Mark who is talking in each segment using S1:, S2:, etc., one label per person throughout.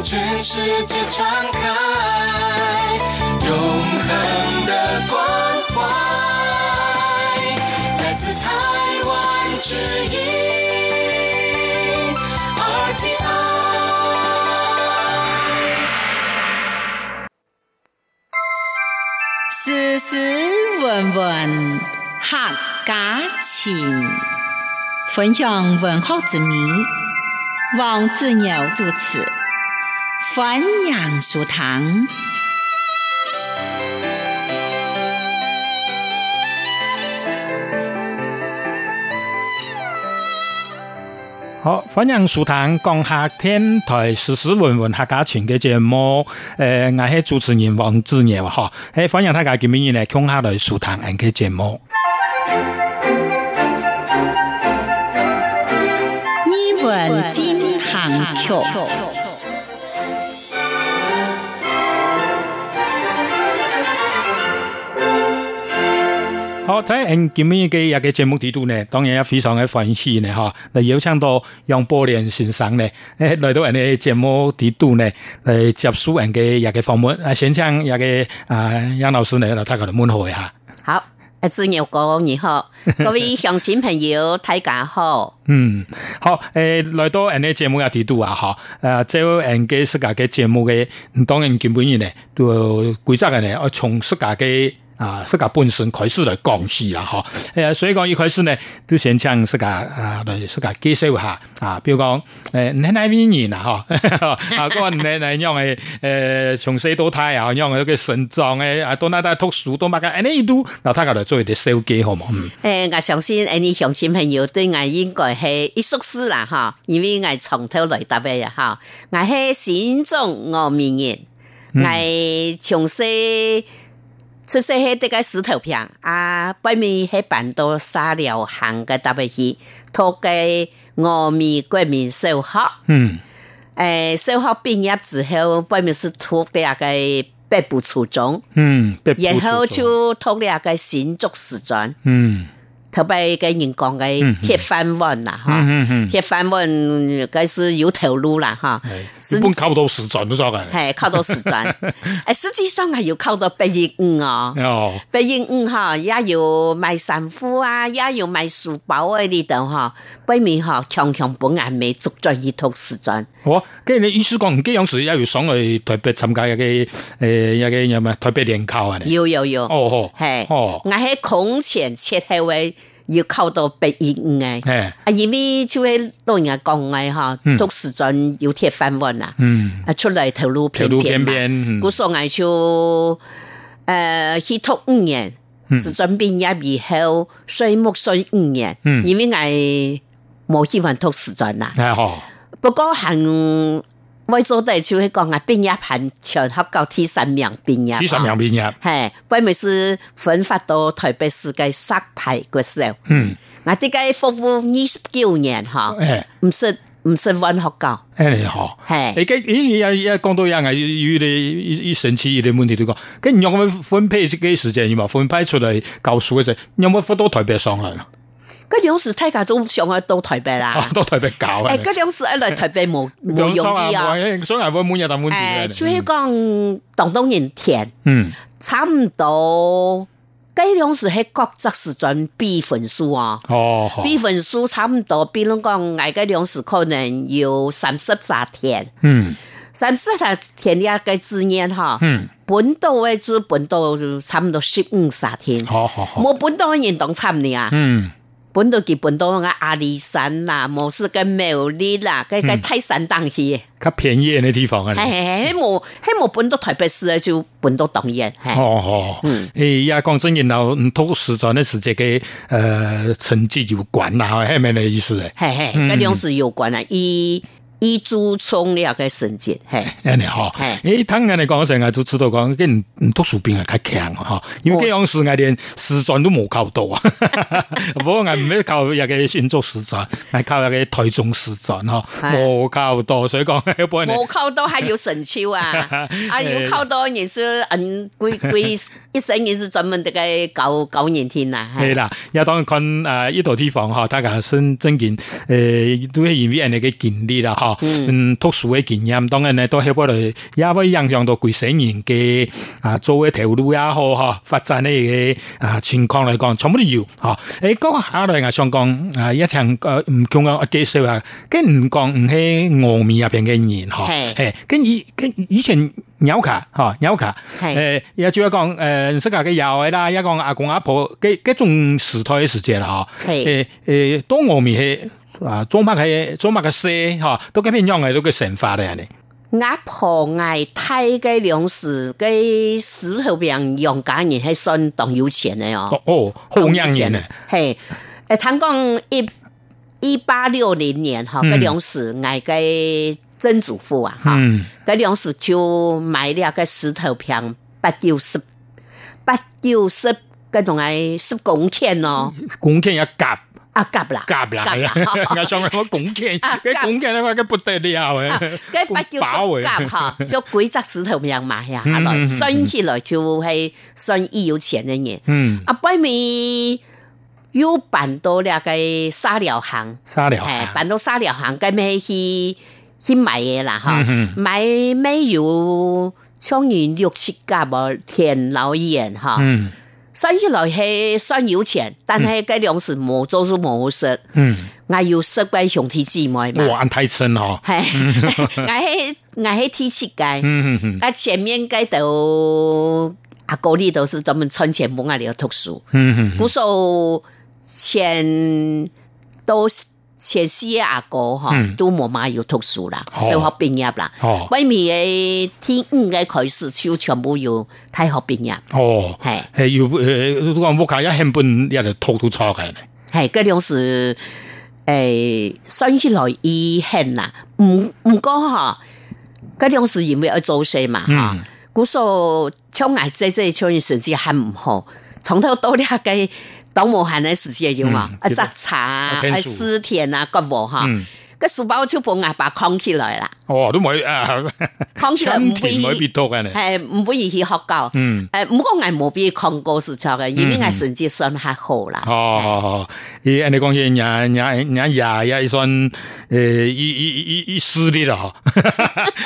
S1: 世界传开，永恒的关怀，来自台湾之音 RTI。
S2: 斯斯文文，客家情，分享文化之谜。王子尧主持，欢迎收听。
S3: 好，欢迎收听讲下天台时事文文客家情嘅节目。诶、呃，我系主持人王志尧哈。诶，欢迎大家今日嚟听下来收听我嘅节目。
S2: 语文金堂曲，
S3: 好，在我今日嘅一个节目地度呢，当然也非常嘅欢喜呢哈。嚟邀请到杨波莲先生呢，诶，来到我哋节目地度呢，嚟接受我嘅一个访问。啊，先请一个啊杨老师呢，嚟大家嚟问候一下。
S4: 好，呃志牛哥你好，各位乡亲朋友大家好，
S3: 嗯，好，诶、來来到人哋節目嘅地度啊，嗬，誒，即係人嘅世界嘅節目嘅，當然基本上咧，都規則嘅咧，我從世界嘅啊世界本身開始嚟講起啦，嗬，誒，所以講一開始咧，都先請世界啊嚟世界介紹下啊，比如講誒，你喺邊人啊，嗬， 啊，嗰個你你樣嘅誒，從細到大啊，樣嘅腎臟嘅啊，到那大讀書到乜嘅，誒，呢都，嗱，大家嚟做啲手機好冇？嗯，
S4: 诶、我相信诶你乡亲朋友对我应该系一熟悉啦哈，因为我从头来答嘅呀哈，我系新中澳门人，我从细出世喺这个石头坪啊，北面喺搬到沙寮行嘅搭嘅去，读嘅澳门国民小学。
S3: 嗯，
S4: 诶，小学毕业之后，外面是读了个北部初中，
S3: 嗯，
S4: 然后就读了个新竹师专，
S3: 嗯。
S4: 特别嘅人讲嘅铁饭碗啦
S3: 嗯嗯
S4: 哈
S3: 嗯，哎
S4: 铁饭碗佢是有头路啦哈，
S3: 系，
S4: 是
S3: 一般靠到時準都得嘅。
S4: 系考到师 专，诶，实际上啊要考到毕业五哦。
S3: 哦，
S4: 毕业五哈，也有卖衫裤啊，也有卖书包啊，呢度哈，背面哈强强本眼美，足在一套师专。
S3: 好，跟住你意思講，唔記有時又要上去台北參加一嘅誒一嘅有咩台北聯考啊？你
S4: 有有有，
S3: 哦
S4: 系
S3: 哦，，哦，
S4: 我喺孔前切系位要靠到鼻炎嘅，
S3: 誒，
S4: 啊，因为就喺老人家讲嘅哈
S3: 嗯，
S4: 读时阵要铁饭碗啊，
S3: 嗯，
S4: 啊，出嚟头路偏
S3: 條路偏
S4: 偏嘛，
S3: 偏，嗯
S4: 故所我就诶去读呃五年，时阵毕业以后，水木水五年
S3: 嗯，
S4: 因为我冇喜欢读时阵啦，
S3: 係哦，
S4: 啊不过行为做地就喺讲啊，毕业行全学到第三名毕业，
S3: 呢十樣邊入，
S4: 系，我咪是分发到台北市嘅沙牌嘅時候，
S3: 嗯，
S4: 我啲嘅服務二十九年哈，
S3: 誒
S4: 唔識唔識揾學教，
S3: 誒你好。
S4: 係
S3: 你哦跟咦有有講到有藝語你一神奇嘅問題都講，跟住有冇分配嘅時間，有冇分配出嚟教書嘅時候，有冇分到台北上嚟？
S4: 嗰兩時大家都上去到台北啦
S3: 啊，，到台北教啊
S4: 誒，！嗰兩時一來台 北冇冇用啲啊，
S3: 啊，所以會每日打滿字
S4: 誒，
S3: 嘅
S4: 主要講廣東人填，
S3: 嗯
S4: 差唔多，嗰兩時喺國際時準 B 分數啊。
S3: 哦，好
S4: B 分數差唔多，比哎如講，我嗰兩時可能要三十三天，
S3: 嗯
S4: 三十三天呢個字眼哈，
S3: 嗯，
S4: 本島嘅至本島就差唔多十五三天，
S3: 好好好，
S4: 冇本島嘅人當差唔多啊。
S3: 嗯
S4: 本島嘅本島嘅阿里山啦，冇是嘅苗栗啦，嘅
S3: 嗯
S4: 嘅泰山當去，
S3: 較便宜嘅地方啊，
S4: 係係係冇係冇本島台北市嘅就本島當然係。
S3: 哦好，
S4: 嗯
S3: 誒，也講真，然後唔同時在呢時節嘅誒呃成績有關啦，哦係咪呢意思咧？
S4: 係係，
S3: 嗯
S4: 跟兩市有關啊，以以朱聰了嘅成績 係，
S3: 誒你好，
S4: 係
S3: 誒，聽人哋講成啊日都知道講，跟唔同時邊係較強嚇，啊哦因為嗰樣時我連時陣都冇靠到啊，不過我唔係靠一個新竹時陣，係靠一個台中哦時陣嚇，
S4: 係
S3: 冇靠到，所以 講一般咧。，
S4: 冇溝到還要神超啊 啊要溝到人是嗯，貴貴一生人是專門的嘅搞搞年天啊，係
S3: 系啦，也呃當然看誒呢度地方嚇，大家先增見誒都係因為人哋嘅建立啦嚇，嗬，嗯，特殊嘅經驗，當然咧都喺我哋也會影響到佢成年嘅啊做嘅條路也好嗬，發展呢嘅啊情況嚟講，全部都要嗬。誒，嗰下嚟我想講啊，一層誒唔講講介紹啊，跟唔講唔係外面入邊嘅言
S4: 係
S3: 嗬，誒，跟以跟以前。有卡，嗬，有卡，
S4: 係
S3: 誒，有主要講誒，識下嘅有啦，一講阿公阿婆，嘅嗰種時代嘅時節啦，嗬。
S4: 係
S3: 誒誒，當我面係啊，做乜嘅做乜嘅事嚇，都幾偏樣嘅，都幾成化嘅啊人哋。
S4: 阿婆挨太嘅粮食嘅時候，人用家人係算當有錢嘅哦。
S3: 哦哦，好養人啊！
S4: 嘿，誒，談講一一八六零年哈，
S3: 嗯
S4: 嗰兩時嗌嘅曾祖父啊哈，
S3: 嗯
S4: 嗰兩時就買了個石頭坪八九十八九十嗰種係十公頃咯，
S3: 拱傾一夾
S4: 啊夾啦
S3: 夾啦，係啊！ 我想講拱傾，佢拱傾咧，佢不得了
S4: 啊
S3: 嘅，，
S4: 跟八九十夾哈，就幾隻石頭坪買下下
S3: 嗯嗯
S4: 來，
S3: 嗯
S4: 算起來就係算一有錢嘅人。
S3: 嗯，
S4: 啊，北面又辦到了個沙料行。
S3: 沙料
S4: 誒，辦到沙料行街咩去去買嘢啦嚇，
S3: 嗯
S4: 買咩有窗完六七家無田老眼嚇，
S3: 嗯
S4: 算起來係算有錢，但係嗰兩時冇做是冇食，
S3: 嗯，
S4: 我要識俾兄弟姊妹嘛，
S3: 哇，睇親嗬，
S4: 係， 我喺我喺天七街，
S3: 嗯嗯
S4: 啊前面街度阿哥呢度是專門存錢幫我哋讀書。
S3: 嗯嗯
S4: 古時候前到前四個阿哥哈
S3: 嗯，
S4: 都冇媽要讀書啦，
S3: 哦
S4: 小學畢業啦。
S3: 哦
S4: 外面嘅天五嘅開始就全部要大學畢業，
S3: 哦，
S4: 係
S3: 係要誒，講屋企一興半一嚟吐到錯嘅，
S4: 係嗰兩時誒，算起來伊興啦，啊唔唔過哈，嗰兩時因為要做事嘛哈
S3: 嗯，
S4: 古時候像我姐姐像伊成績還唔好，從頭到尾嘅都冇閒嘅時間要嘛
S3: 嗯，
S4: 啊摘茶啊
S3: 我聽，說
S4: 啊私田啊，各無哈。
S3: 嗯，
S4: 個書包就幫阿爸扛起來啦，
S3: 哦都冇啊，
S4: 扛起來唔
S3: 春
S4: 會，
S3: 田冇必多嘅，
S4: 係唔會去學教。
S3: 嗯。
S4: 誒，唔過我冇俾抗過是錯嘅，因為我成績算還好啦。
S3: 哦，你你講嘢，人人人廿一算誒，一一一一輸啲咯，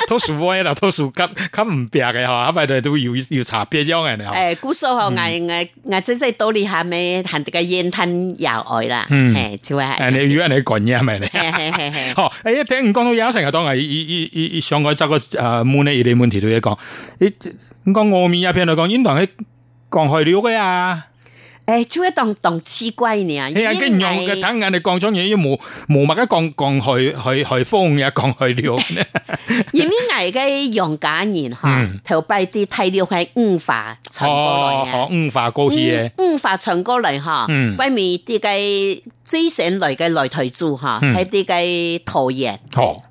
S3: 都輸歪啦，都輸急急唔平嘅嚇，因為都要要查邊樣嘅嚇。
S4: 誒，古時候我我我真係到你下尾行啲嘅煙吞又愛啦，
S3: 嗯
S4: 誒，就係
S3: 誒，你如果你講嘢係咪你？
S4: 係係係係
S3: 哦，誒一聽唔講到有成日當係依依依上個執個誒門咧，你門條嘢講，你講外面一片嚟講，應當係講去了嘅啊。
S4: 誒，就一當當刺龜呢，
S3: 你係跟
S4: 因
S3: 用嘅，
S4: 為
S3: 等眼你講咗嘢，冇冇乜嘅講講去去去風嘅， 講去了。
S4: 因為我嘅楊家人哈
S3: 嗯，
S4: 頭擺啲睇料係五花傳過來嘅
S3: 哦，。五化高鐵嘅，
S4: 嗯，發長歌嚟哈
S3: 嗯，
S4: 外面啲嘅追醒嚟嘅來台珠哈，
S3: 嗯
S4: 喺啲嘅桃園
S3: 哦，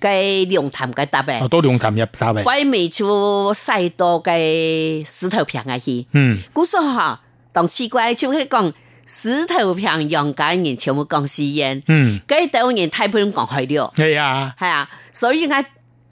S4: 嘅龍潭嘅搭
S3: 我
S4: 嘅，
S3: 都用琴入打嘅，
S4: 外面就西多嘅石頭坪啊去。
S3: 嗯，
S4: 古時候哈，當奇怪就去講石頭坪楊家人全部講西煙，
S3: 嗯，
S4: 佢當然太不能講去了，
S3: 係啊，
S4: 係啊，所以我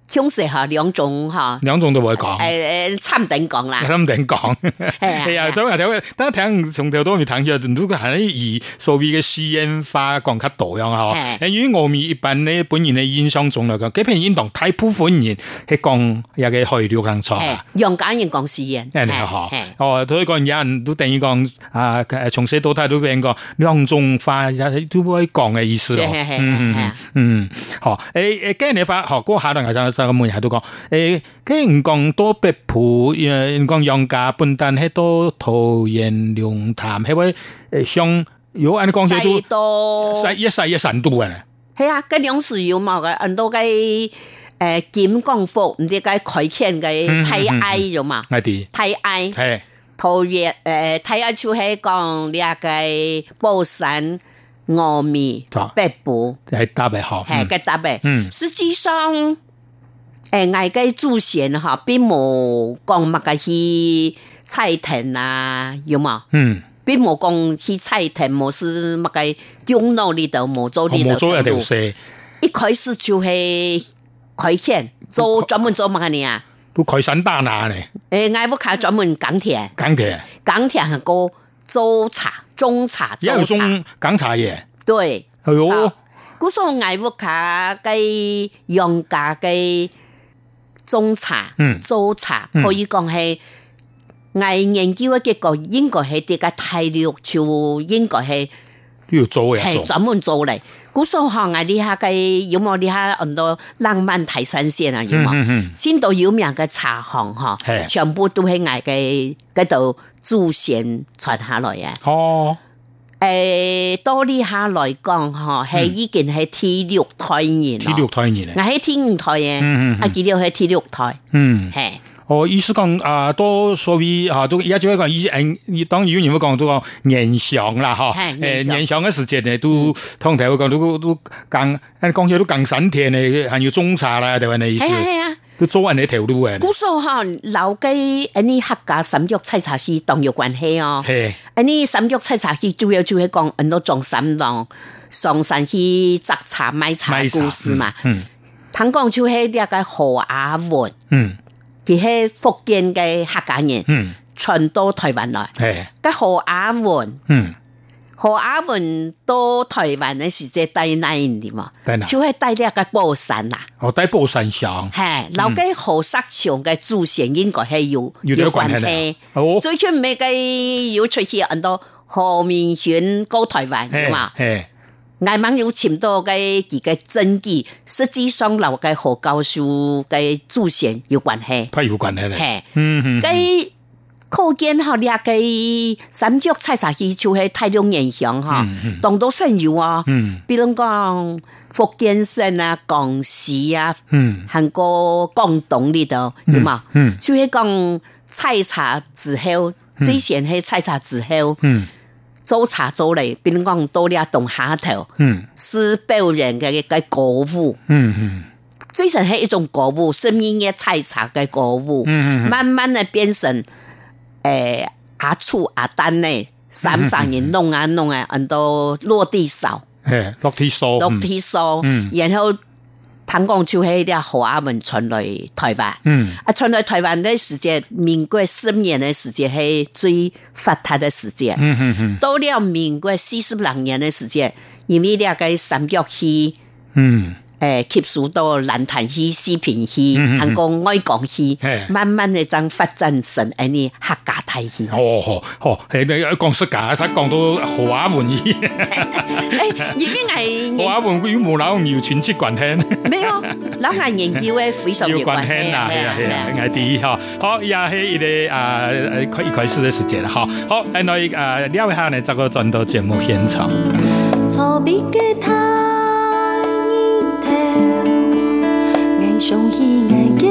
S4: 從時哈兩種哈，
S3: 兩種都會講，
S4: 誒誒差唔多 講啦，
S3: 諗定講，
S4: 係
S3: 係啊，
S4: 啊，
S3: 所以睇，等睇從頭到尾睇住，如果係啲而所謂嘅私煙花降級度樣嗬，誒，於外面一般咧，本然嘅煙商種嚟講，幾片煙當大部分人係講有嘅去了更錯
S4: 係
S3: 啊。
S4: 楊家人講西煙，
S3: 人哋
S4: 係
S3: 學
S4: 係
S3: 哦，所以講有人都定義講啊，誒從細到大都俾人講兩種化，都可以講嘅意思咯。
S4: 係係係
S3: 嗯
S4: 係
S3: 嗯
S4: 啊
S3: 嗯，好誒誒，跟住你發學嗰下頭，就就咁每日都講誒，跟住唔講多別普，誒唔講養家半蛋喺多桃園龍潭，喺位誒向如果按你講起都
S4: 西多
S3: 世一世一神都嘅。
S4: 係啊，嗰兩時有冇嘅，按到嘅誒劍光呃福，唔知嘅開天
S3: 嗯
S4: 嘅睇哀咗嘛，
S3: 我哋
S4: 睇哀
S3: 係
S4: 桃園誒呃睇哀就係講呢個寶山峨眉
S3: 啊
S4: 北部
S3: 係搭嚟學，
S4: 係嘅搭嘅，
S3: 嗯
S4: 實際上呃誒外嘅祖先哈並冇講乜嘅去菜田啊，有冇？
S3: 嗯，
S4: 並冇講去菜田，冇是乜嘅中路呢度冇做
S3: 我
S4: 呢度
S3: 哦冇做一
S4: 道
S3: 條
S4: 路
S3: 蛇，
S4: 一開始就係開田，做專門做乜嘢啊？
S3: 都佢神單啊嚟，
S4: 誒，嗌我卡專門耕田，
S3: 簡嘅。
S4: 耕田係個做茶、種茶、
S3: 也有
S4: 做茶，
S3: 種港茶葉，
S4: 對，
S3: 哎呦，
S4: 古所藝術家嘅用家嘅種茶
S3: 嗯、
S4: 做茶，
S3: 嗯
S4: 可以講係藝研究嘅結果，應該係啲嘅體力就應該係
S3: 都要做嘅
S4: 係
S3: 做。
S4: 專門做嚟。古所學藝呢下嘅有冇呢下很多浪漫睇新鮮啊？有
S3: 嗯
S4: 冇？
S3: 嗯嗯，
S4: 先到有名嘅茶行嗬，
S3: 係
S4: 全部都喺我嘅嗰度祖先傳下來嘅。
S3: 哦，
S4: 誒，多呢下來講嗬，係已經係第六代人
S3: 體育
S4: 咯。
S3: 台年
S4: 我
S3: 嚟，
S4: 喺第五代
S3: 嗯嗯
S4: 嘅，
S3: 嗯
S4: 啊，記得係第六代，
S3: 嗯，
S4: 係
S3: 我意思講啊，都所謂啊，都而家就係講以誒，嗯當然有人會講都講年上啦，嗬，誒
S4: 係年上
S3: 年上嘅時節咧，都通常會講都都更，哎講起都更省甜咧，係要中茶啦，就係你意思
S4: 係，啊係啊。
S3: 都做人哋條路嘅，
S4: 古時候嗬，老嘅誒呢客家三育採茶師當有關係哦。
S3: 係，
S4: 誒呢三育採茶師主要就係講很多種三郎上山去摘茶賣茶
S3: 賣
S4: 嘅
S3: 茶
S4: 故事嘛。
S3: 嗯
S4: 唐講就係呢個何阿文，
S3: 嗯
S4: 佢係福建嘅客家人，
S3: 嗯，
S4: 傳到台灣來。
S3: 係，
S4: 個何阿文，
S3: 嗯，
S4: 何阿文到台灣嘅時節帶哪人的嘛？
S3: 帶哪
S4: 就係帶呢個寶山啦。
S3: 我底報神上，
S4: 係，老嘅何石牆嘅祖先應該係有
S3: 有啲關係咧，哦，
S4: 最出名嘅有出現很多何明軒高台灣嘅嘛。
S3: 係，
S4: 外網有簽到嘅幾個證據，實際上老嘅何教授嘅祖先有關係。
S3: 不有關係咧，
S4: 係。
S3: 嗯嗯，
S4: cái khâu kiến họ đi cái sản xuất sai sản khi chú hệ thay đổi hiện tượng ha đồng đô sinh yếu à
S3: 嗯
S4: ví dụ như Phúc Kiến sinh à Quảng Sĩ à
S3: 嗯
S4: Hàn Quốc Quảng Đông đi đâu đúng không
S3: 嗯
S4: chú hệ con sai sản từ hậu Trước tiên hệ sai sản từ hậu
S3: 嗯
S4: Châu trà châu này ví dụ như đô đi đồng hạ đầu
S3: 嗯
S4: Sư biểu nhân cái cái cổ vũ
S3: 嗯嗯
S4: Trước tiên hệ một种cổ vũ sinh nhiên cái sai sản cái cổ vũ
S3: 嗯
S4: 慢慢的变成，诶、阿醋阿丹呢，三三年弄啊弄啊，很多落地扫、
S3: 嗯，係落地掃，
S4: 落地扫，
S3: 嗯
S4: 然后唐光就喺啲河阿文传来台湾，
S3: 嗯
S4: 啊传来台湾的时间，民国十年的时间系最发达的时间。
S3: 嗯嗯嗯
S4: 到了民国四十六年的时间，因为呢个三角戏。
S3: 嗯。
S4: 诶，吸收到蘭潭戲、四平戲、
S3: 嗯嗯嗯
S4: 韓國愛港戲
S3: 嘿，
S4: 慢慢嘅將發展成一啲客家體戲。
S3: 哦，好，好，誒，你講出價，睇講到豪華玩意，
S4: 诶，而邊
S3: 豪
S4: 係
S3: 華玩意冇樓要錢之棍聽，
S4: 咩哦？老外研究嘅非常
S3: 要
S4: 有
S3: 棍
S4: 關
S3: 聽
S4: 係
S3: 啊，係啊，係啊，
S4: 係
S3: 係第一哈。好，也係一個啊，誒開開始的時間啦，哈。好，誒，啊，聊一下呢，這個轉到節目現場。
S5: 错别嘅太易聽，霓上依藝嘅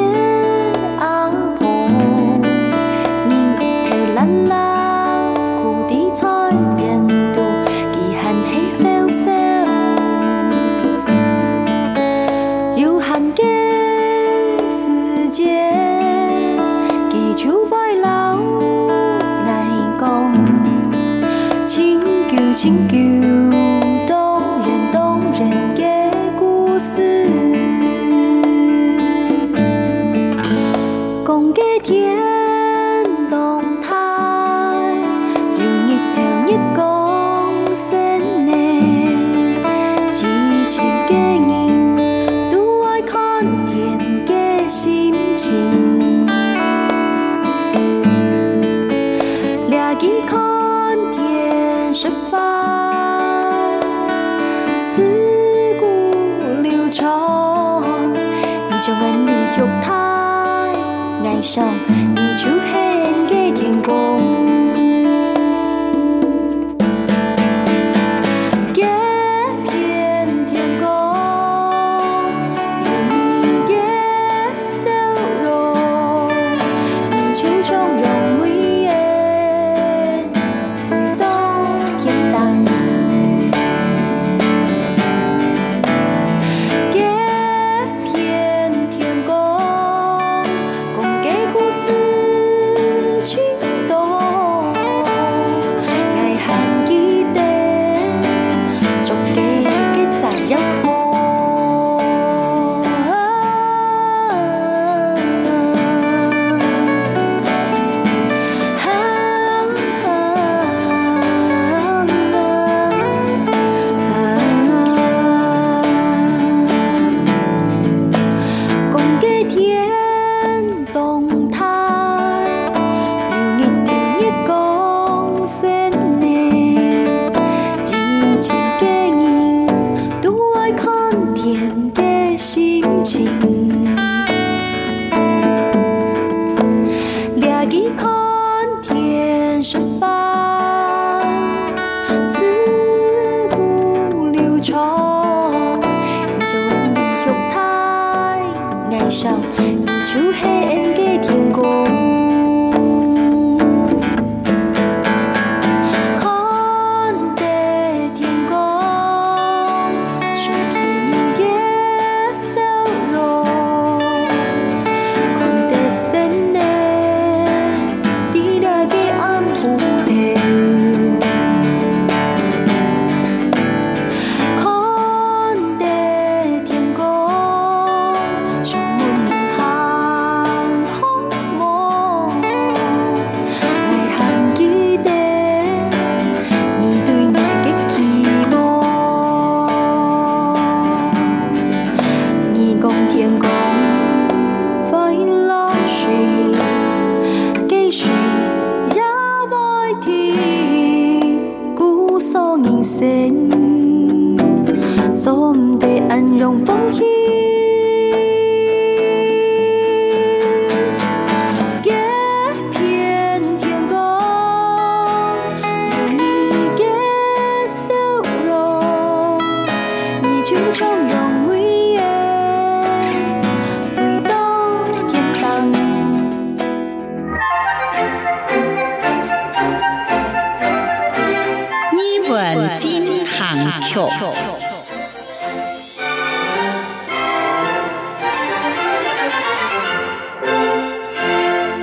S5: 阿婆，你條冷啦，故地在人度，其恨起笑笑，有恨嘅世界，其處快老藝講。请求，请求，动人动人的故事，讲给天动态，用一条一公线呢，以前嘅人都爱看天嘅心情。俩己看天吃饭，四顾流长，你就问你肉太爱上，你就恨给天公。给片天空，有你的笑容，你就从容美颜回到天堂。给片天空，讲给故事。笑，就系俺嘅天公。看得天光，想起你的笑容，看得深夜，滴答的暗不停。看得天光，想问你幸福么？我还记得你对我的期望。你讲天光，快乐时，继续也爱天，故所人生，总得安容放弃。一片天空，有你的笑容，你就从容回耶，回到天堂。
S2: 语文金行曲，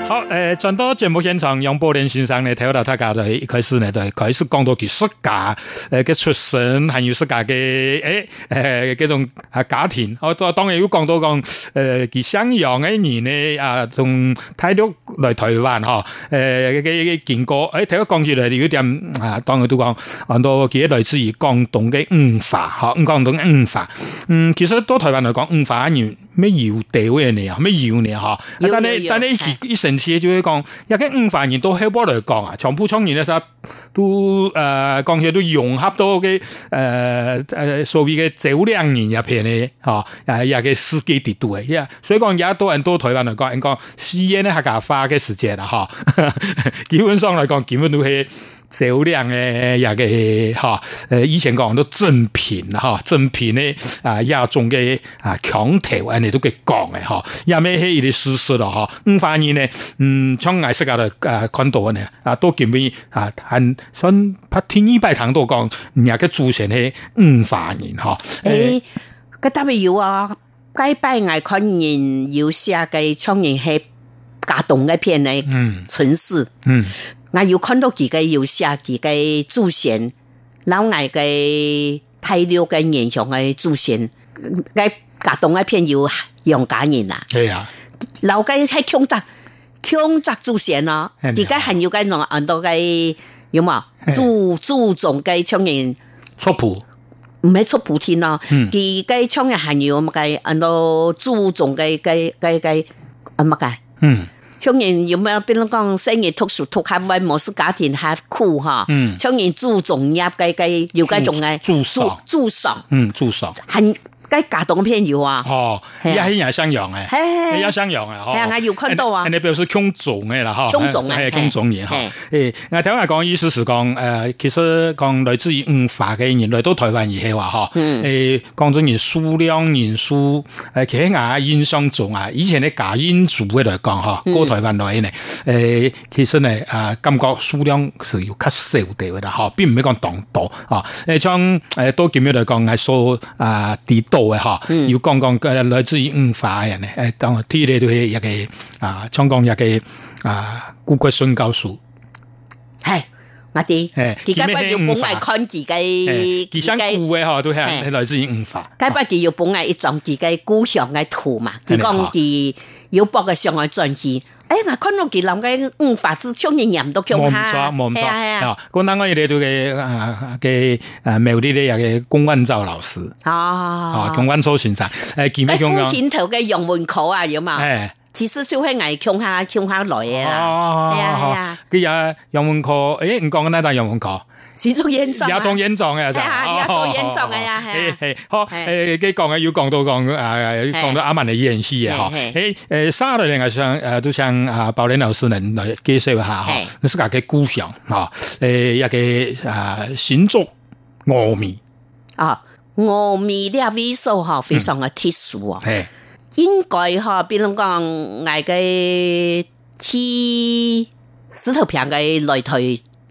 S3: 好，诶、轉到節目現場，楊寶蓮先生咧，睇到大家就一開始咧，就係開始講到佢世家誒嘅出身，還有世家嘅誒誒嗰種啊家庭。我當當然要講到講誒佢襄陽嘅年咧啊，從睇到嚟台灣嗬，誒嘅嘅見過，誒睇到講住嚟有點啊，當然都講講到佢來自於廣東嘅五華嗬，廣東五華。嗯，其實多台灣嚟講，五華係咩搖調嘅嚟啊，咩搖嚟啊
S4: 搖
S3: 嗬。但係
S4: 搖
S3: 但係
S4: 搖係
S3: 而一城市就會講，有啲五凡人到希波嚟講啊，長鋪倉然咧實都誒講起都融合到嘅誒誒所謂嘅酒量人入邊咧，嚇誒有嘅司機地度嘅，因為所以講有一多人到台灣嚟講，人講私煙咧客家花嘅時節啦，嚇，基本上嚟講，基本都係。少量呃嘅有嘅嚇，誒呃以前講到正品啦嚇，正品咧啊亞種嘅啊強調，人哋都佢講嘅嚇，也咩係佢哋事實咯嚇。咁反而咧，嗯，從藝術角度誒看到嘅呢，啊都見面啊，很算拍天衣拜堂都講，人家嘅祖先係五華人嚇。誒
S4: 诶，嗰搭咪有啊，街拜外看人有写嘅创人系家动嘅片嚟，
S3: 嗯
S4: 城市，
S3: 嗯
S4: 我有看到自己有写自己祖先，老外嘅睇料嘅影像嘅祖先，嘅家动嘅片有杨家人啊，
S3: 係啊，
S4: 老嘅系强摘强摘祖先咯，
S3: 係
S4: 而
S3: 咪啊
S4: 家係有嘅人按到嘅有冇啊
S3: 係
S4: 注注重嘅创人。
S3: 出普
S4: 唔係出莆田咯，
S3: 嗯
S4: 佢嘅窗嘅行業乜嘅，按到啊注重嘅嘅嘅嘅啊乜嘅，
S3: 嗯
S4: 窗人有咩？比如講生意特殊，特下為冇事家庭下苦哈
S3: 嗯，
S4: 窗人注重入嘅嘅要嘅仲嘅
S3: 注重
S4: 注重，
S3: 嗯，朱爽
S4: 係嘅家當偏要啊，
S3: 哦，
S4: 係
S3: 一
S4: 啊
S3: 係人襄陽嘅。
S4: 嘿
S3: 一襄陽啊，嗬
S4: 係啊我有看到啊
S3: 人哋表示空種嘅啦，嗬，哎
S4: 空種啊
S3: 係
S4: 係
S3: 空種嘢嗬
S4: 係。
S3: 誒，我聽我講意思是講誒，其實講來自於五華嘅人來到台灣以後啊，嗬，
S4: 嗯
S3: 誒，講真人數量人數誒，其實我印象中啊，以前咧假煙族嘅嚟講嗬，過台灣來呢，誒，其實咧啊，感覺數量是要較少啲嘅啦，嗬，並唔係講當多啊，誒，像誒多見面嚟講係數啊地道嘅嗬，要講講嘅來自於五華嘅人咧，誒，當啲咧都係一個啊，香港一個啊，骨骨筍教授。
S4: 係我哋，
S3: 誒
S4: 佢家不要本
S3: 啊
S4: 嚟看自己，
S3: 誒，哎其實
S4: 佢
S3: 故嘅嗬都係
S4: 係
S3: 係來自於五法。
S4: 该不佢要本嚟一種自己故鄉嘅圖嘛，佢講佢要博嘅上海進去。哎，我看到佢諗嘅五法師槍人人都
S3: 冇
S4: 強
S3: 唔
S4: 下，
S3: 錯，冇唔錯。
S4: 係啊係啊
S3: 啊，咁啱啱你哋到嘅啊嘅誒苗栗咧有嘅公安趙老師，啊，公
S4: 哦，
S3: 安蘇先生，誒見咩
S4: 喺
S3: 咁
S4: 夫
S3: 樣？
S4: 前頭嘅楊門口啊，有嘛？
S3: 誒。
S4: 其實小係危強下強下來嘅
S3: 哦
S4: 啦，係啊係啊，
S3: 佢有楊文科，誒唔講緊啦，但係楊文科
S4: 始終影相啊
S3: 有種影像嘅就，
S4: 係啊有種影像嘅
S3: 嘅
S4: 啊係
S3: 係
S4: 啊
S3: 係好
S4: 係
S3: 誒，佢講嘅要講到講啊，講到阿文嘅演戲嘅
S4: 係
S3: 嗬，
S4: 係
S3: 誒誒，沙律另外想誒都想啊，鮑玲老師能來介紹一下
S4: 係
S3: 嗬，你識下嘅故鄉啊，誒一嘅啊選足峨眉
S4: 哦，峨眉呢個位數嗬，非常嘅特殊哦。
S3: 係
S4: 應該嗬，比如講嗌嘅去石頭坪嘅擂台，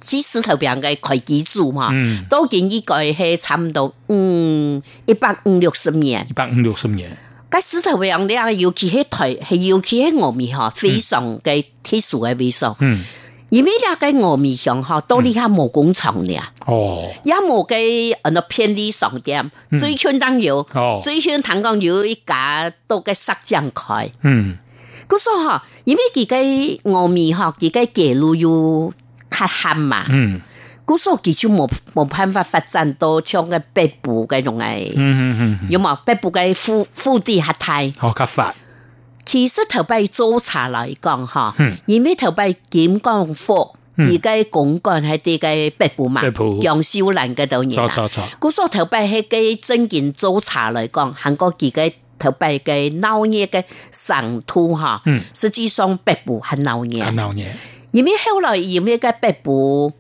S4: 去石頭坪嘅會計組嘛，
S3: 嗯，
S4: 都建議佢係差唔多嗯一百五六十年。
S3: 一百五六十年，
S4: cái sự thật rằng đấy là yêu khí hết thầy hay yêu khí hết ngộ mì họ phi sòng cái thi sủ cái vi sòng
S3: 嗯，
S4: vì mấy là cái ngộ mì sòng họ đâu đi ha mồ cũng sòng nè
S3: 哦，
S4: ya mồ cái ở nó偏đi 呃 sòng điểm duy chuyên đang yêu
S3: 嗯哦，
S4: duy chuyên thằng con yêu ít cả đâu cái sắc chẳng khỏi
S3: 嗯，
S4: cứ so họ vì mấy kỳ cái ngộ mì họ kỳ cái kể lưu yêu khát ham mà
S3: 嗯，
S4: cứ so kỳ chú mồ mồ phan phát phát triển đâu trong cái bê bù cái dòng này
S3: 嗯嗯嗯，
S4: 有冇北部嘅富富地下太？
S3: 好吸法，
S4: 其實頭擺做茶來講嚇
S3: 嗯，
S4: 因為頭擺檢光科，而家公幹喺啲嘅北部嘛
S3: 北部，
S4: 楊少蘭嘅導演
S3: 錯
S4: 啊。
S3: 錯錯，
S4: 古所頭擺喺嘅真件做茶嚟講，韓國自己頭擺嘅鬧熱嘅神土嚇
S3: 嗯，
S4: 實際上北部係鬧
S3: 咁
S4: 熱，
S3: 樣嘢，
S4: 因為後來因為嘅北部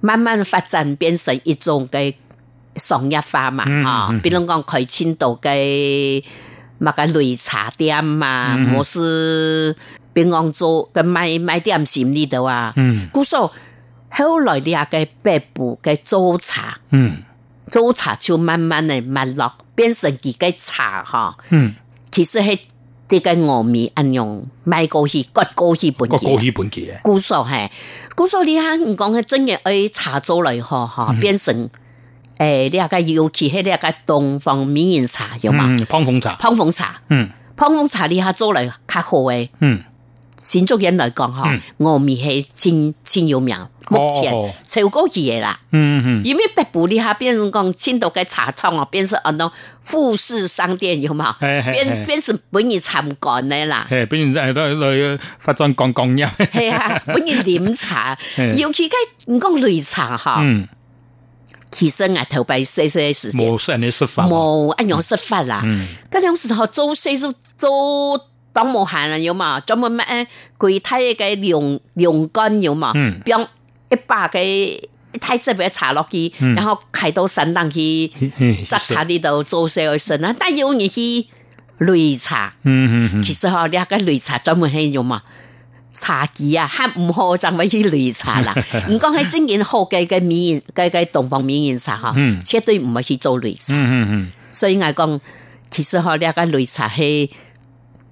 S4: 慢慢發展變成一種嘅商業化嘛
S3: 嗯
S4: 嚇
S3: 嗯，
S4: 比如講佢遷到嘅。物嘅擂茶店啊，
S3: 嗯
S4: 我是平安做嘅賣賣點心呢度啊。
S3: 嗯
S4: 故所後來你啊嘅北部嘅做茶，
S3: 嗯
S4: 做茶就慢慢嚟沒落，變成自己茶嗬。
S3: 嗯，
S4: 其實係啲嘅峨眉暗用賣過去割過去啊本
S3: 個高
S4: 嘢。
S3: 起本期嘅，
S4: 故所係，故所你睇唔講嘅真嘅去茶做嚟嗬
S3: 嗯
S4: 嗬，變成誒你啊嘅尤其係你啊嘅東方美人茶有嘛，
S3: 嗯，湯鳳茶，
S4: 烹鳳茶。
S3: 嗯
S4: 泡沫茶你下做嚟較好嘅，
S3: 嗯，
S4: 先足人嚟講嗬
S3: 嗯，
S4: 我咪係千千有名，目前
S3: 哦
S4: 超過二嘅啦。
S3: 嗯嗯
S4: 因為北部你下變成講遷到嘅茶廠哦，變成啊種富士商店有冇？
S3: 係係
S4: 變
S3: 係
S4: 變成本意參觀嘅 啦，
S3: 嗯，誒，比如誒都嚟發展講講音，
S4: 係啊，本意 飲茶，
S3: 係
S4: 尤其嘅唔講擂茶嗬，
S3: 嗯，
S4: 其實我頭擺細細嘅時間
S3: 冇人哋食法，
S4: 冇一樣失法啦。
S3: 嗯
S4: 嗰兩時候做四都做當無限人有嘛，專門咩具體嘅量量根有嘛
S3: 嗯，
S4: 將一把嘅一睇即俾查落去，
S3: 嗯
S4: 然後開到神當去
S3: 嘿嘿
S4: 執茶呢度做四去神啊，但有人去擂茶，
S3: 嗯嗯嗯
S4: 其實嗬，你個擂茶專門係用嘛。茶技啊，黑唔好就咪去擂茶 啦。唔講係真件好嘅嘅美人嘅嘅東方美人茶嗬，
S3: 嗯
S4: 絕對唔係去做擂茶。
S3: 嗯嗯
S4: 所以我講，其實嗬，呢個擂茶係，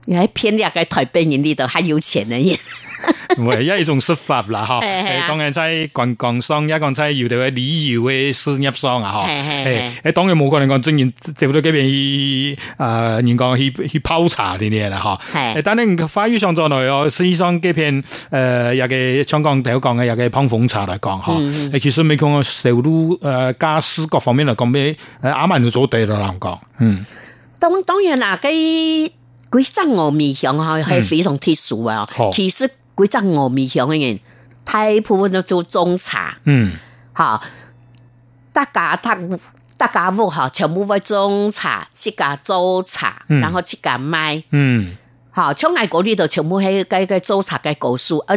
S4: 喺偏呢個啊台北人呢度還有錢嘅人，
S3: 嗯，唯一一種食法啦，嗬，
S4: 係係啊
S3: 誒，當然真係講講商，一講真係要到嘅旅遊嘅事業商啊，嗬，
S4: 係係
S3: 誒，誒，當然冇可能講專然接到嗰邊去，誒，人講啊去去泡茶呢啲嘢啦，嗬。誒，
S4: 係
S3: 但係花語上再來，我先生幾片誒，有嘅呃香港頭講嘅，有嘅烹鳳茶嚟講嚇。誒，其實美國嘅社會誒呃家私各方面嚟講，咩誒啱啱就做地啦，難講。嗯
S4: 當當然啦，佢佢真峨眉響嗬係非常特殊啊
S3: 好。
S4: 其實佢真峨眉響嘅人，大部分都做中茶，
S3: 嗯
S4: 嚇，大家大大家屋嗬全部會中茶，自家做茶，
S3: 嗯
S4: 然後自家賣。
S3: 嗯
S4: 好，像外國呢度全部係嘅嘅做茶嘅故事，啊，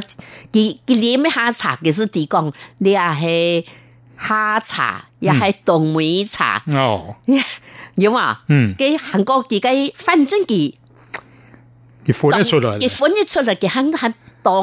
S4: 佢佢連咩下茶嘅是提供，你也係下茶，也係凍梅茶，
S3: 哦
S4: 有嘛？
S3: 嗯，
S4: 佢韓國自己反正佢
S3: 佢分得出來啦。
S4: 佢分一出嚟，佢肯肯當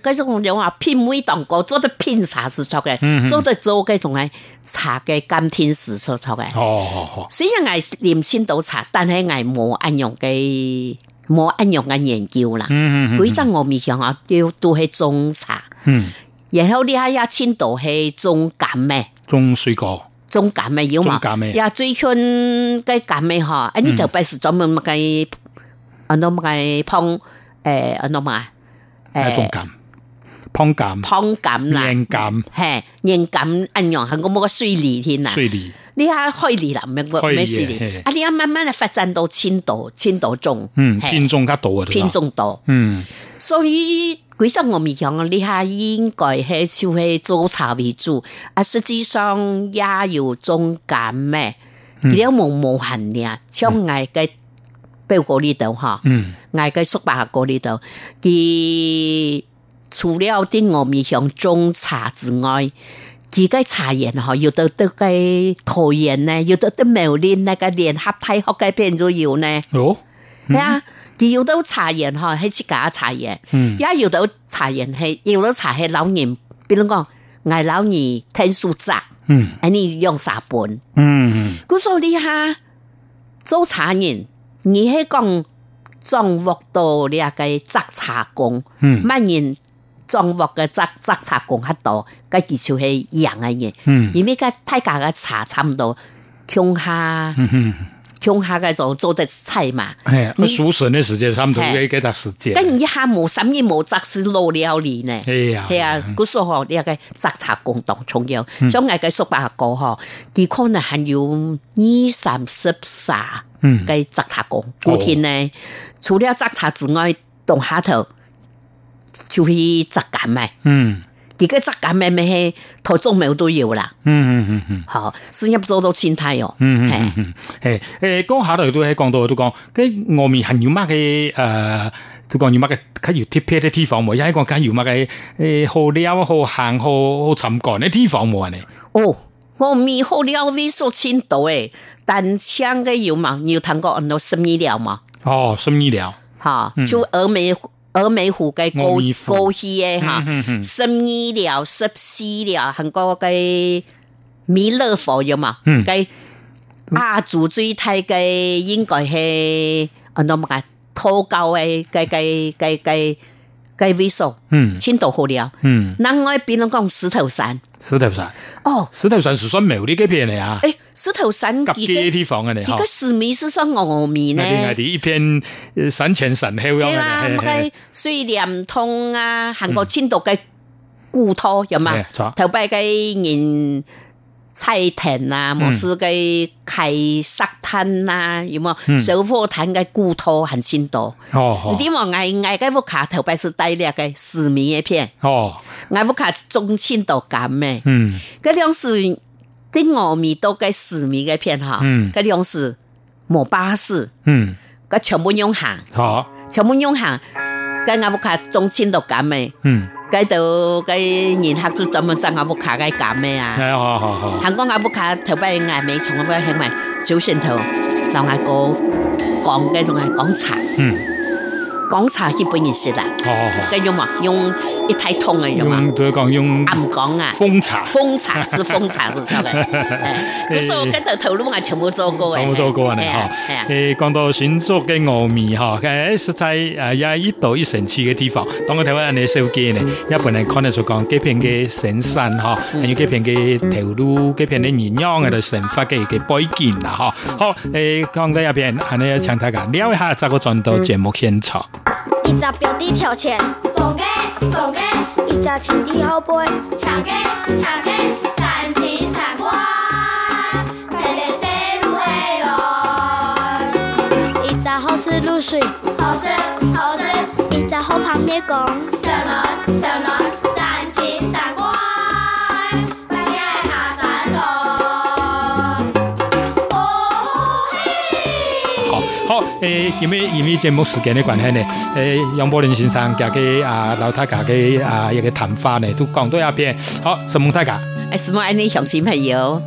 S4: 嗰種有話偏梅當過，做得偏茶是錯
S3: 嗯嗯
S4: 嘅，做得做嘅仲係茶嘅甘甜是錯錯嘅。
S3: 哦哦哦，
S4: 雖然係念千島茶，但係係冇一樣嘅冇一樣嘅研究啦。
S3: 嗯嗯
S4: 佢真我面向啊，要都係種茶，
S3: 嗯，
S4: 然後呢下一千度係種減咩？
S3: 種水果。
S4: 種減咩要嘛
S3: 種減咩？嗯
S4: 呀，最近嘅減咩嗬？誒，呢就不是專門嘅，啊，那嘅烹誒，啊，那乜啊？
S3: 一種
S4: 誒，
S3: 減，哎烹減、
S4: 烹減啦，
S3: 靚減、
S4: 係凝減一樣，係我冇個水利添啦。
S3: 水梨。
S4: 呢下開利啦，唔係
S3: 開利
S4: 咩水
S3: 嘅係
S4: 利？啊，呢下慢慢嚟發展到千度，千度種，
S3: 嗯，
S4: 係
S3: 偏種加度啊，
S4: 偏。種度。
S3: 嗯
S4: 所以其實我咪講啊，呢下應該係就係做茶為主，啊，實際上也有中間咩，你有冇無限嘅，像嗌嘅標哥呢度嚇，
S3: 嗯
S4: 嗌嘅叔伯哥呢度，佢除了啲我咪講中茶之外。佢嘅茶園嗬，要到到嘅桃園呢，要到到苗栗那個聯合大學嘅邊都要呢。
S3: 哦，
S4: 呀，佢有到茶园嗬，喺自家茶园，
S3: 嗯
S4: 也有到茶园係有到茶係老人，比如講，嗌老人聽書宅，
S3: 嗯
S4: 安尼用啥本？
S3: 嗯
S4: 故所以哈，做茶人，你係講掌握到呢個摘茶工，
S3: 嗯
S4: 乜人掌握嘅摘摘茶工喺度，佢技術係一樣嘅嘢，
S3: 嗯
S4: 因為佢大家嘅茶差唔多，瓊下
S3: 嗯嗯，
S4: 瓊下嘅就做得菜嘛。
S3: 哎，
S4: 你
S3: 熟神的時間差唔多
S4: 嘿
S3: 嘅幾笪時間，
S4: 跟一下冇審議冇摘是老了你呢。
S3: 哎呀，嗯
S4: 係啊，嗰數學呢個摘茶工當重要，所以我嘅叔伯講嗬，佢可能係要二三十沙
S3: 嗯
S4: 嘅摘茶工。古天呢，除了摘茶之外，當下頭就去摘橄欖，
S3: 嗯
S4: 而家摘橄欖咪係台中苗都要啦，
S3: 嗯嗯嗯嗯。
S4: 嗬，先入咗到千梯哦，
S3: 嗯
S4: 係
S3: 嗯嗯嗯，誒誒，嗰下頭都喺講到都講，跟外面係要乜嘅誒，都講要乜嘅，佢要貼片啲地方冇，因為講緊要乜嘅誒，好料好行好好沉乾啲地方冇呢。啊
S4: 哦，我咪好了微數千度誒，但槍嘅要嘛，要通過按到十二了嘛。
S3: 哦，心意了，
S4: 哈，就峨眉峨眉湖嘅高
S3: 峨眉湖
S4: 高氣嘅哈
S3: 嗯嗯，嗯
S4: 十二了十四了，韓國嘅米勒佛有嘛？
S3: 嗯
S4: 嘅亞洲最大嘅應該係啊，那麼嘅土教嘅嘅嘅嘅嘅嘅位數，
S3: 嗯
S4: 千度好了。
S3: 嗯，
S4: 另外，比如講石頭山，
S3: 石頭山，
S4: 哦，
S3: 石頭山是算苗啲嘅片嚟啊，
S4: 誒石頭山
S3: 夾
S4: 幾
S3: 嘅
S4: 個
S3: 地方嘅嚟
S4: 幾
S3: 嗬
S4: 個。市面是算峨眉
S3: 我
S4: 呢？
S3: 哋我哋一片呃山前神後咁樣
S4: 係啦，
S3: 嘅
S4: 乜
S3: 咧
S4: 嘅，水簾通啊，韓國千度嘅古拖有嘛
S3: 係錯？
S4: 頭擺嘅鹽菜田啊，莫斯嘅溪沙灘啊，有冇小火炭嘅古拖很千度？
S3: 哦
S4: 點話嗌嗌嘅幅卡頭擺是低劣嘅市面一片，
S3: 哦哦，
S4: 嗌幅卡中千度咁咩？
S3: 嗯
S4: 嗰兩時啲峨眉都嘅市面嘅片哈，
S3: 嗯
S4: 嗰兩時冇巴士，
S3: 嗯，
S4: 佢全部用行。
S3: 好，
S4: 全部用行，跟阿福卡中千度減咩？
S3: 嗯，
S4: 佢度佢年客就專門爭阿福卡嘅減咩啊？
S3: 係好好好，
S4: 韓國阿福卡頭擺牙尾從阿尾係咪早先頭留阿個講嘅仲係講茶，
S3: 嗯，
S4: 講茶日本人說啦，
S3: 好好好。
S4: 佢用啊用一睇通嘅用啊，
S3: 用對講用
S4: 暗講啊。
S3: 風茶，
S4: 風茶是風茶是出嚟，誒所以我跟頭頭腦我全部做過嘅，
S3: 講好多個人
S4: 係
S3: 嚇
S4: 啊係啊。
S3: 誒講到選擇嘅峨眉嚇，嘅實際誒呃有一度一城次嘅地方，當我睇翻你手機呢，一般人可能就講幾片嘅神山嚇，還有幾片嘅頭路，幾片嘅營養嘅度神法嘅嘅背景啦嚇。好誒講到一啊邊，係你請大家聊一下，再個轉到節目現場。
S6: 一只表弟跳前，
S7: 逢雞逢雞，
S6: 一只田地后背，
S7: 長雞長雞，賺錢賺官，天天洗路起來。
S6: 一只好吃露水，
S7: 好事好事，
S6: 一只好旁捏讲。
S7: 上來上來，賺錢賺官，今日下山來。哦嘿。
S3: 好，好，诶、因为因为节目时间的关系呢，诶、杨伯林先生嘅嘅啊老太家嘅啊一个谈法呢，都讲到一边。好，什么大家？
S4: 誒，什麼安尼鄉親朋友，